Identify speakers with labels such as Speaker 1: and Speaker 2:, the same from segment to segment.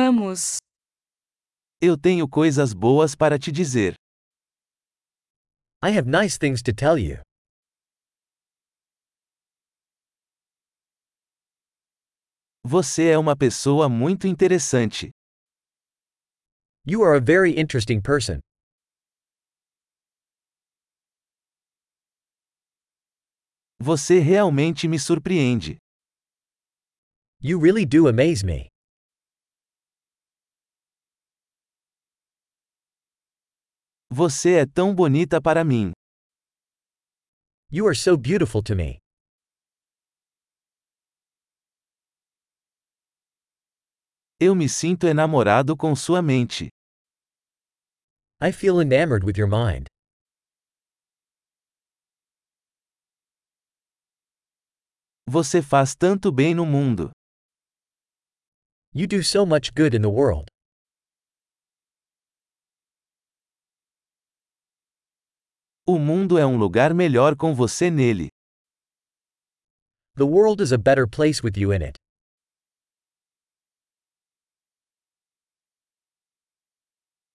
Speaker 1: Vamos.
Speaker 2: Eu tenho coisas boas para te dizer.
Speaker 3: I have nice things to tell you.
Speaker 2: Você é uma pessoa muito interessante.
Speaker 3: You are a very interesting person.
Speaker 2: Você realmente me surpreende.
Speaker 3: You really do amaze me.
Speaker 2: Você é tão bonita para mim.
Speaker 3: You are so beautiful to me.
Speaker 2: Eu me sinto enamorado com sua mente.
Speaker 3: I feel enamored with your mind.
Speaker 2: Você faz tanto bem no mundo.
Speaker 3: You do so much good in the world.
Speaker 2: O mundo é um lugar melhor com você nele.
Speaker 3: The world is a better place with you in it.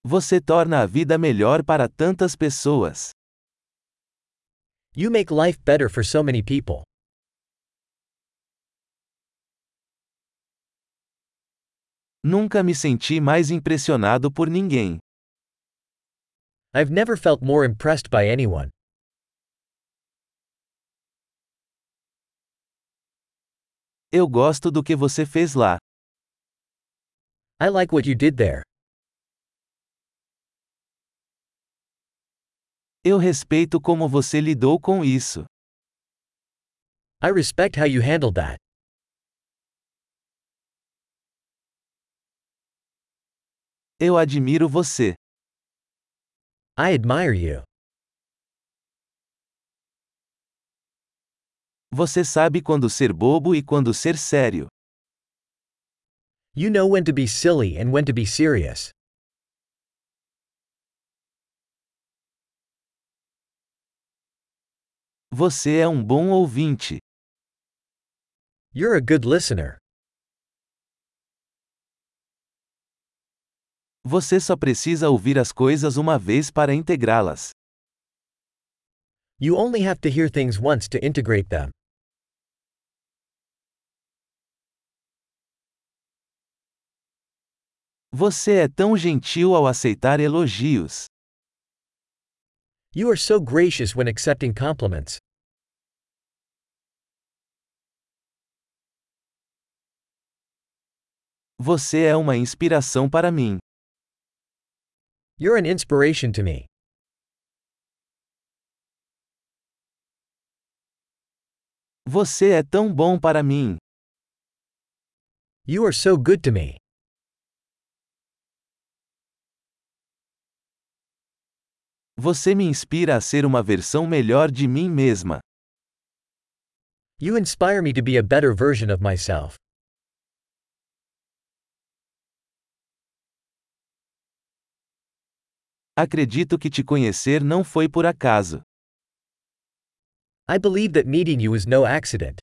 Speaker 2: Você torna a vida melhor para tantas pessoas.
Speaker 3: You make life better for so many people.
Speaker 2: Nunca me senti mais impressionado por ninguém.
Speaker 3: I've never felt more impressed by anyone.
Speaker 2: Eu gosto do que você fez lá.
Speaker 3: I like what you did there.
Speaker 2: Eu respeito como você lidou com isso.
Speaker 3: I respect how you handled that.
Speaker 2: Eu admiro você.
Speaker 3: I admire you.
Speaker 2: Você sabe quando ser bobo e quando ser sério.
Speaker 3: You know when to be silly and when to be serious.
Speaker 2: Você é um bom ouvinte.
Speaker 3: You're a good listener.
Speaker 2: Você só precisa ouvir as coisas uma vez para integrá-las.
Speaker 3: You only have to hear things once to integrate them.
Speaker 2: Você é tão gentil ao aceitar elogios.
Speaker 3: You are so gracious when accepting compliments.
Speaker 2: Você é uma inspiração para mim.
Speaker 3: You're an inspiration to me.
Speaker 2: Você é tão bom para mim.
Speaker 3: You are so good to me.
Speaker 2: Você me inspira a ser uma versão melhor de mim mesma.
Speaker 3: You inspire me to be a better version of myself.
Speaker 2: Acredito que te conhecer não foi por acaso.
Speaker 3: I believe that meeting you is no accident.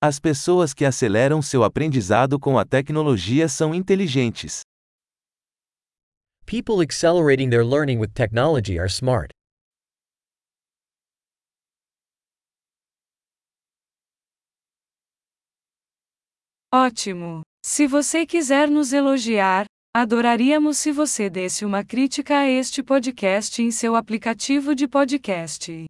Speaker 2: As pessoas que aceleram seu aprendizado com a tecnologia são inteligentes.
Speaker 3: People accelerating their learning with technology are smart.
Speaker 1: Ótimo! Se você quiser nos elogiar, adoraríamos se você desse uma crítica a este podcast em seu aplicativo de podcast.